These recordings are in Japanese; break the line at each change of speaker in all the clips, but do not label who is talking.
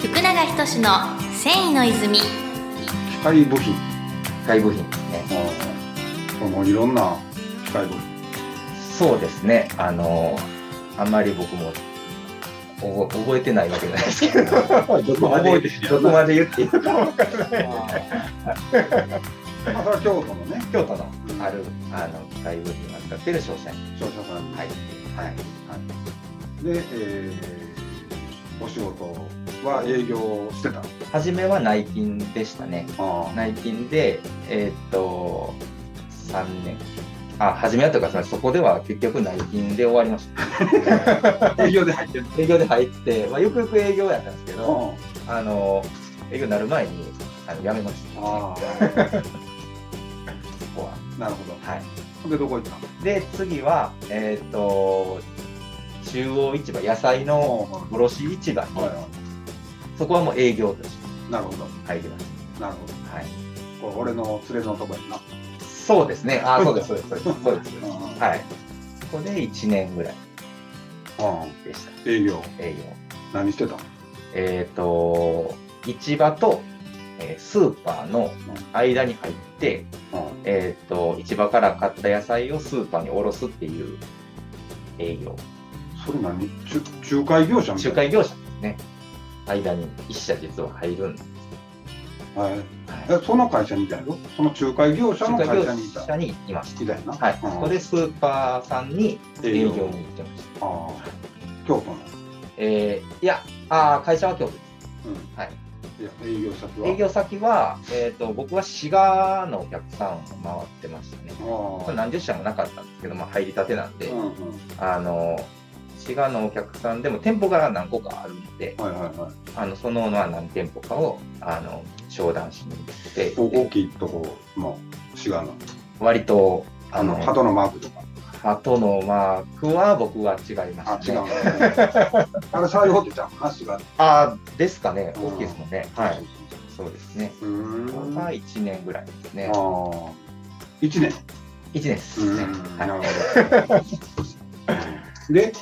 福永仁の繊維の泉
機械部品
機械部品ね
そのいろんな機械部品
そうですねあのあんまり僕もおぼ覚えてないわけじゃないですけ どどこま
覚
で
えてしま
ど
う
こまで言っていいのかわからな い
まあそれは京都のね
京都のあるあの機械部品を扱っている商社に
商社さん
入ってはい
で、えー、お仕事は営業をしてた
初めは内勤でしたね
あ
内勤でえーっと3年あ初めはというかそのそこでは結局内勤で終わりました
あ営業で入ってる
営業で入って、まあ、よくよく営業やったんですけど
の
あの営業になる前にあの辞めました
あ
そこは
あなるほど
はい
ほんでどこ行ったの
で次はえーっ、と中央市場野菜の
は
卸市場に、
いは
そこはもう営業として
いなるほど
入りまし
なるほ
たはい
どこれ俺の連れのとこやな
そうですねあーそうですそうですそうですそうですそうです
うん
はいここで1年ぐらい
うん
でした
営業
営業
何してた
えっ、と市場と、えースーパーの間に入って、
のうん
えっ、と市場から買った野菜をスーパーに卸すっていう営業
それ何ちゅ仲介業者みた
仲
いな
介業者ですね間に一社実は入るんで
はい
はい
えその会社にいたやろその仲介業者の
仲
会
介業
社にいた
者にいまし
いたよな
た。はい。
うん
そこでスーパーさんに営業に行ってました。
ああ京都の
えーいや、あー会社は京都です。
うん
はい。
いや営業先は
営業先は、えっ、と、僕は滋賀のお客さんを回ってましたね。
ああ
何十社もなかったんですけど、まあ、入りたてなんで、
うんうん
あの、滋賀のお客さんでも店舗が何個かあるんで、
はいはいはい
あの、そのまあ何店舗かを、あの、商談しに行って、
お大きいとこの滋賀の
割と、
あ
あ
の
の、
鳩のマークとか
鳩のマークは僕は違いま
あ
す
違う
ね
の。あれ最後ってちゃうな滋賀
ああ、ですかね、
うん
大きいですもんね。はい、そうですね。
うーん
まあ、1年ぐらいですね
あ。あ一年
1年です。
うんな
は
るほどで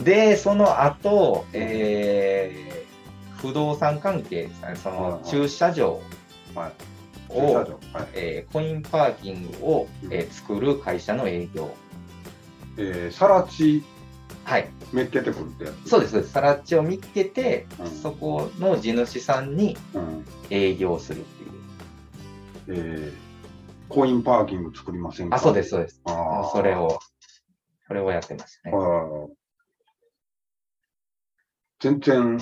い、で、その後、えー不動産関係ですかね、そ
はいは
の
い
駐車場
はい駐車
を、
場はい
えーコインパーキングを、えー作る会社の営業。
えーさらち
はい、
めっけてくるってや
そうです、そうです。さらっちを見つけて、
うん
そこの地主さんに
つうん
営業するっていう。
えーコインパーキング作りませんか
あ、そうです、そうです。
あ
も
ー
うそれを、それをやってましたね。
あー全然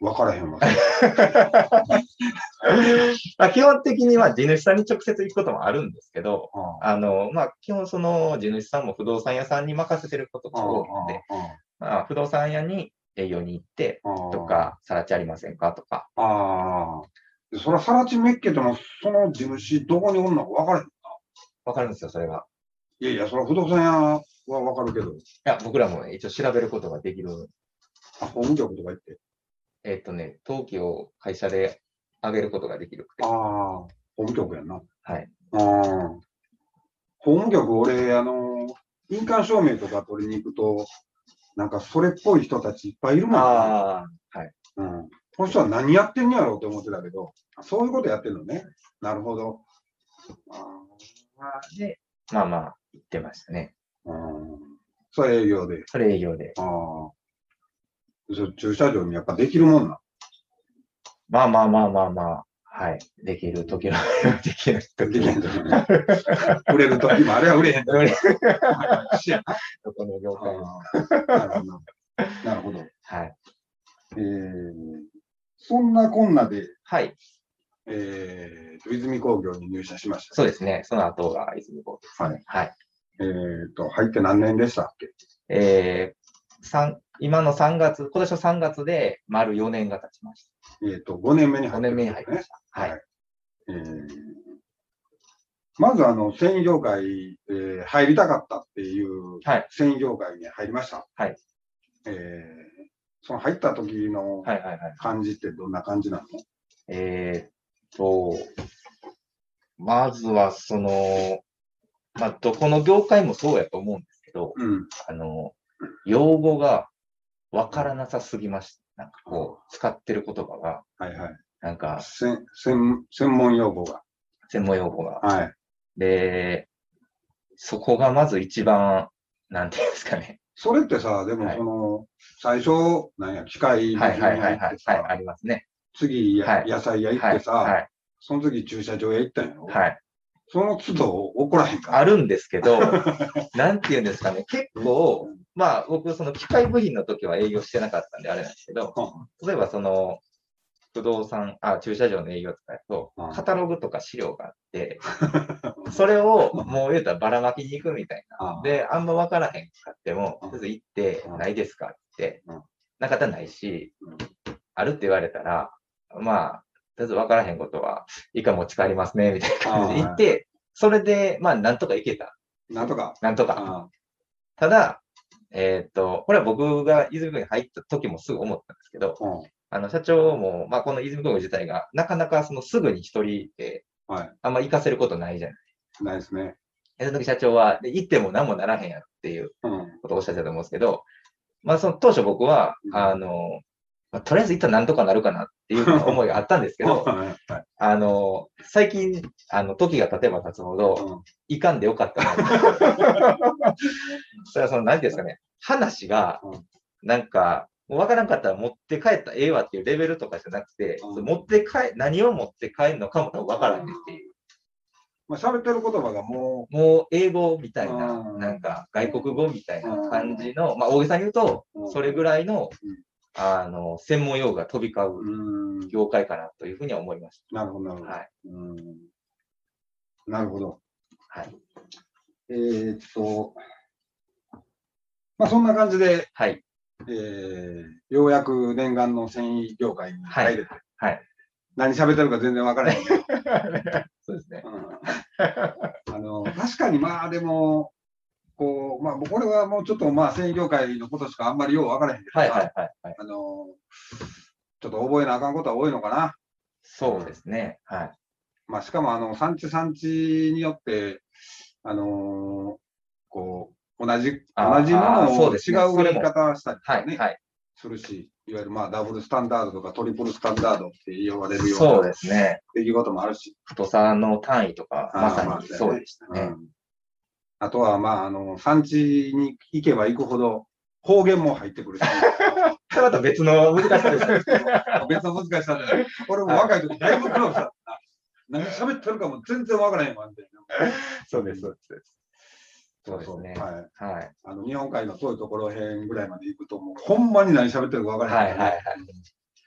分からへんわ。
まあ、基本的には地主さんに直接行くこともあるんですけど、
あ
あの、まあ、基本その地主さんも不動産屋さんに任せてること
ー
が多いので、まあ、不動産屋に営業に行って、と。か、さらちありませんかとか、
あーあーあー。そら、さらちめっけても、その地主、どこにおんのか分からへん。
わかるんですよ、それが。
いやいや、それは不動産屋は分かるけど、
いや、僕らも一応調べることができる。
あ法務局とか行って。
えっ、とね、登記を会社で上げることができるくて
ああ、、法務局やんな。
はい。
ああ。法務局、俺、あの、印鑑証明とか取りに行くと、なんかそれっぽい人たちいっぱいいるもん、
ああ、
うんこの人は何やってんやろうって思ってたけど、そういうことやってるのね。なるほど。
で、まあまあ、行ってましたね。
うん、それ営業で。
それ営業で。
あーそ駐車場にやっぱできるもんな。
まあまあまあまあまあ、はい。できる時の、できる
でき
時
へ
の
ん。時も売れる時もあれは売れへん時もあるし
どこの業界も
あーなるほど。なるほど。
はい。
えー、そんなこんなで、
はい。
えー、泉工業に入社しまし
そうですね。その後が泉工業ですね。
はい。
はい。
た。えー、と、入って何年でしたっけ
えー、三今の3月、今年の3月で丸4年が経ちまし
えー、と、5年目に
た。
入
5
ってるんですよ
年目に入りました。はい。
えーまずあの繊維業界、えー入りたかったっていう
はい
繊維業界に入りました。
はい
えーその入った時の
はいはいはい。
感じってどんな感じなの、
えーっと、まずはその、まあ、どこの業界もそうやと思うんですけど、
うん
あの、用語がわからなさすぎました。なんかこう、使ってる言葉が、
はいはい。
なんか、
せん専専門用語が。
専門用語が。
はい。
で、そこがまず一番、なんていうんですかね。
それってさ、でも
はい
その、最初、なんや、機械の
はいはい
順
は
屋行っ
いはい
て、
は
さ
い、ありますね。
次、や
はい
野菜屋行
は
っ
い、
てさ、
はい、
その次駐車場へ行ったんやろ、
はい。
その都度怒らへんか
あるんですけ ど、なんていうんですかね。結構、まあ、僕、その機械部品の時は営業してなかったんで、あれなんですけど、例えばその、不動産、あ、駐車場の営業とかやと
うん、
カタログとか資料があって、それをもう言うたらばらまきに行くみたい
あ
な。で、あんま分からへんかっても
うん、
ちょっと行って
うん、
ないですかって
うん、
なかったらないし
うん、
あるって言われたら、まあ、とりあえず分からへんことは、以下持ち帰りますね、みたいな感じで行って、それで、まあ、なんとか行けた。
なんとか。
なんとか。
あ
ただ、えーっと、これは僕が泉君に入った時もすぐ思ったんですけど、
あうん
あの、社長も、まあ、この泉君自体が、なかなかそのすぐに一人で、
はい
あんま行かせることないじゃない。
ないですね。
でその時社長は、で行っても何もならへんやろっていう
うん。
ことをおっしゃってたと思うんですけど、まあ、その当初僕は
う、ん
あの、まあ、とりあえず一旦何とかなるかなっていうよう な思いがあったんです けど、
はいはい
あの、最近、あの、時が経てば経つほど、
うん
いかんでよかった な。それはその、何ていうんですかね、話が
うん、
なんか、もう分からんかったら持って帰ったらええわっていうレベルとかじゃなくて、
うん
その持って帰、何を持って帰るのかも多分分からんっていう。
まあ、喋ってる言葉がも
もう英語みたいな、
うん
なんか外国語みたいな感じの、まあ大げさに言うと、
うん
それぐらいの
うん、
あの、専門用語が飛び
う、
交う
うん、
業界かなというふうには思いまし
なるほど、なる
た。
ほど。
はい。
うんなるほど。
はい。
えーっと、まあ、そんな感じで、
はい。
えー、ようやく念願の繊維業界に入れて、
はい。
何喋ってるか全然わからないけど、
そうですね。
うん あの確かにまあでも、こうまあ、これはもうちょっとまあ繊維業界のことしかあんまりようわからへんけど、
はいはいはいはい。
あのちょっと覚えなあかんことは多いのかな。
そうですね。はい。
まあ、しかもあの産地産地によって、あのこう同じ
あー
同じも
あー
の
そ
を
う
違う
ですね
売り方したりとか
はい。
ね、
はい。
するし、いわゆるまあダブルスタンダードとかトリプルスタンダードって言われるよう
そう
な
ですね。
出来事もあるし、
太さの単位とか、
あー
まさ
まあ
にそうでした
う
ね。
んあとは、まあ、あの、産地に行けば行くほど、方言も入ってくるし、
それまた別の難しさですね。
別の難しさで、俺も若い時だいぶ苦労した。何喋ってるかも全然わからへんわ、みたいな。
そうです、そうです。そうですね。はい。
はい。
はい
あの、日本海の遠いところへんぐらいまで行くと、もう、ほんまに何喋ってるかわか
は
らへ
い
ん、
はい。
はい。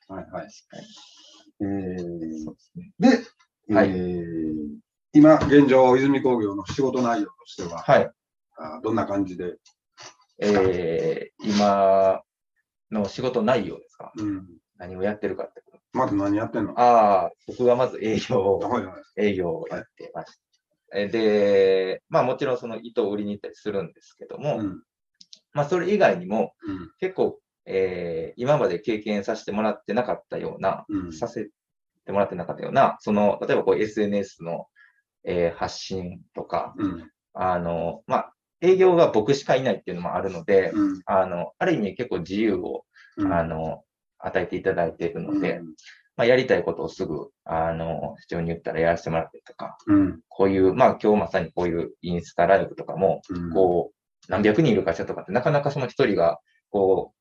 はいはい。え
そうですね
ーで、
はい
えー今、現状、泉工業の仕事内容としては、
はい。
あどんな感じで、
えー、今の仕事内容ですか
うん、
何をやってるかってこ
まず何やってんの
と。ああ、僕がまず営業を
はいはい
営業をやってました。えで、まあもちろんその糸を売りに行ったりするんですけども、
うん
まあそれ以外にも
うん
結構、えー今まで経験させてもらってなかったような、
うん
させてもらってなかったような、その、例えばこう SNS の、えー発信とか、
うん
あの、まあ営業が僕しかいないっていうのもあるので、
うん
あの、ある意味結構自由を、
うん
あの、与えていただいているので、
うん
まあやりたいことをすぐ、あの、市長に言ったらやらせてもらってとか、
うん
こういう、まあ今日まさにこういうインスタライブとかも、
うん
こう、何百人いる会社とかってなかなかその一人が、こ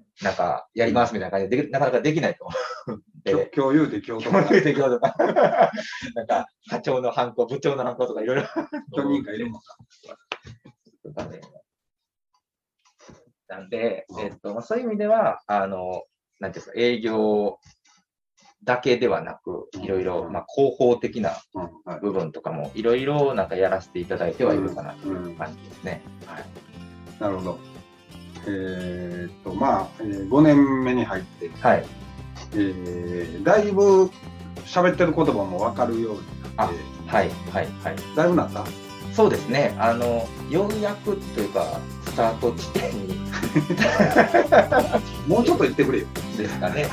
う、なんか、やりますみたいな感じででき、なかなかできないと思うん
今日
で、
今日言うて今日と
共
か、
有できるとか、 なんか、課長の犯行、部長の犯行とかいろいろ。
巨人がいるもんか。
なんで、えっと、まあそういう意味では、あの、なんていうんですか、営業だけではなく
う、ん
いろいろ、まあ、広報的な
うんはい
部分とかも、いろいろなんかやらせていただいてはいるかなと
うん
感じですね。はい。
なるほど。えーっと、まあ、えー、5年目に入って、
はい。
えー、だいぶ喋ってる言葉も分かるようになって、
はい。はい。はい。
だいぶなった。
そうですね。あの、ようやくというか、スタート地点に
もうちょっと言ってくれよ。
です かね。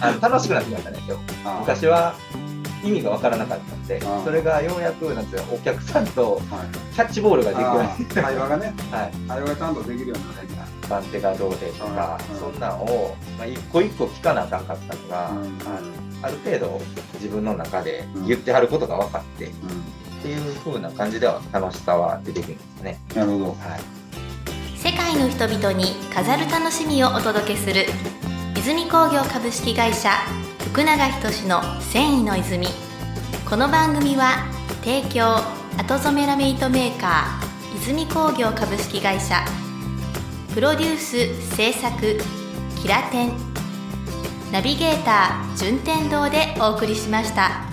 あの楽しくなってきましたね、今日。
あー
昔は意味がわからなかったんで
あー、
それがようやく、なんていうか、お客さんと
はい
キャッチボールができるように
あー会話がね、
はい。
会話がちゃんとできるようになってきた。
番手がどうでとか、
うん
そんなんを、まあ、一個一個聞かなあかんかったのが、
うん
あのある程度自分の中で言ってはることが分かって、っていう風な感じでは楽しさは出てくるんですね。
なるほど。
はい。
世界の人々に飾る楽しみをお届けする泉工業株式会社福永仁の繊維の泉この番組は提供後染めラメイトメーカー泉工業株式会社プロデュース制作キラテンナビゲーター順天堂でお送りしました。